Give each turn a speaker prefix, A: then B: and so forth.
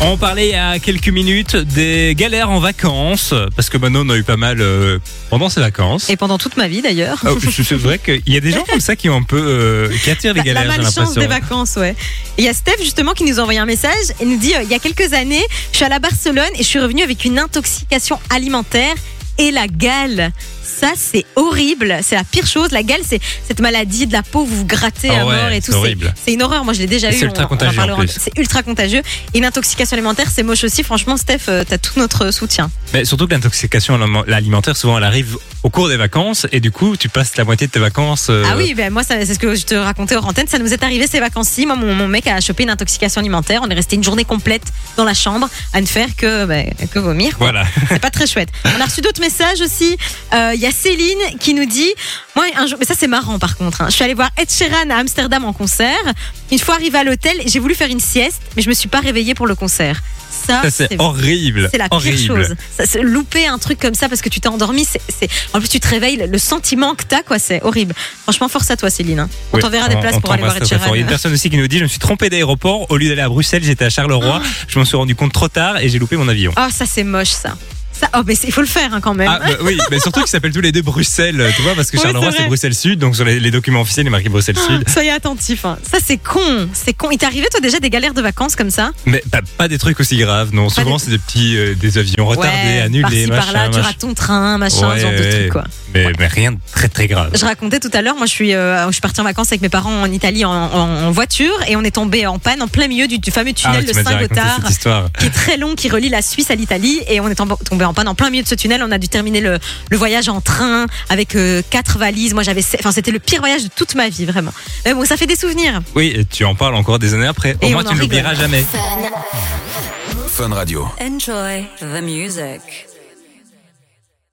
A: On parlait il y a quelques minutes des galères en vacances, parce que Manon a eu pas mal euh, pendant ses vacances.
B: Et pendant toute ma vie d'ailleurs.
A: Ah, c'est vrai qu'il y a des gens comme ça qui ont un peu euh, qui attirent les
B: La-
A: galères,
B: la
A: j'ai
B: malchance
A: l'impression.
B: des vacances, ouais. Et Il y a Steph justement qui nous a envoyé un message et nous dit euh, il y a quelques années, je suis allée à Barcelone et je suis revenue avec une intoxication alimentaire et la gale. Ça, c'est horrible. C'est la pire chose. La gale, c'est cette maladie de la peau où vous vous grattez
A: Ah
B: à
A: ouais,
B: mort et
A: c'est
B: tout. C'est-
A: horrible.
B: C'est une horreur. Moi, je l'ai déjà
A: Et
B: eu.
A: c'est ultra
B: on- on en
A: contagieux, en
B: parlera
A: plus.
B: C'est ultra contagieux. Et une intoxication alimentaire, c'est moche aussi. Franchement, Steph, euh, t'as tout notre soutien.
A: Mais surtout que l'intoxication aliment- alimentaire, souvent, elle arrive au cours des vacances, et du coup, tu passes la moitié de tes vacances. euh,
B: Ah oui, ben moi, ça- c'est ce que je te racontais hors antenne. Ça nous est arrivé ces vacances-ci. Moi, mon, mon mec a chopé une intoxication alimentaire. On est resté une journée complète dans la chambre à ne faire que, ben, que vomir. quoi.
A: Voilà.
B: C'est pas très chouette. On a reçu d'autres messages aussi. Euh, Il y a Céline qui nous dit Moi, un jour, mais ça, c'est marrant par contre. hein. Je suis allée voir Ed Sheeran à Amsterdam en concert. Une fois arrivée à l'hôtel, j'ai voulu faire une sieste, mais je me suis pas réveillée pour le concert. Ça,
A: Ça, c'est horrible.
B: Ah, c'est la
A: horrible.
B: pire chose. Ça, c'est- louper un truc comme ça parce que tu t'es endormi, c'est, c'est- en plus tu te réveilles, le- le sentiment que t'as, quoi, c'est horrible. Franchement, force à toi, Céline. hein. On
A: Oui,
B: t'enverra des places
A: on
B: pour aller voir
A: t'embrasse très
B: Ed Sheeran.
A: fort. Il y a une personne aussi qui nous dit Je me suis trompé d'aéroport. Au lieu d'aller à Bruxelles, j'étais à Charleroi.
B: Ah.
A: Je m'en suis rendu compte trop tard et j'ai loupé mon avion.
B: Oh, ça c'est moche, ça. ça oh, mais c'est- il faut le faire hein, quand même.
A: Ah, bah oui, mais surtout qu'ils s'appellent tous les deux Bruxelles, tu vois, parce que
B: Oui,
A: Charleroi,
B: c'est
A: c'est
B: vrai.
A: Bruxelles Sud, donc sur les, les documents officiels, il est marqué Bruxelles Sud.
B: Ah, Soyez attentifs. hein. Ça c'est con, c'est con. Il t'est arrivé toi déjà des galères de vacances comme ça
A: Mais bah, pas des trucs aussi graves, non.
B: Ah. Pas
A: Souvent,
B: des-
A: c'est des petits euh, des avions retardés,
B: Ouais,
A: annulés,
B: Par-ci
A: machin.
B: par-là, tu
A: machin.
B: rates ton train, machin,
A: Ouais,
B: ce genre de
A: ouais.
B: trucs, quoi.
A: Mais, mais rien de très très grave.
B: Je racontais tout à l'heure, moi je suis, euh, je suis partie en vacances avec mes parents en Italie en, en- en voiture et on est tombé en panne en plein milieu du, du fameux
A: Ah,
B: tunnel
A: tu
B: de
A: m'as déjà raconté
B: Saint-Gothard.
A: cette histoire.
B: qui est très long, qui relie la Suisse à l'Italie. Et on est tomb- tombé en panne en plein milieu de ce tunnel. On a dû terminer le, le voyage en train avec euh, quatre valises. Moi, j'avais, se- enfin, c'était le pire voyage de toute ma vie, vraiment. Mais bon, ça fait des souvenirs.
A: Oui, et tu en parles encore des années après. Au
B: Et
A: moins,
B: on
A: tu
B: en
A: ne l'oublieras jamais.
C: Fun Radio.
D: Enjoy the music.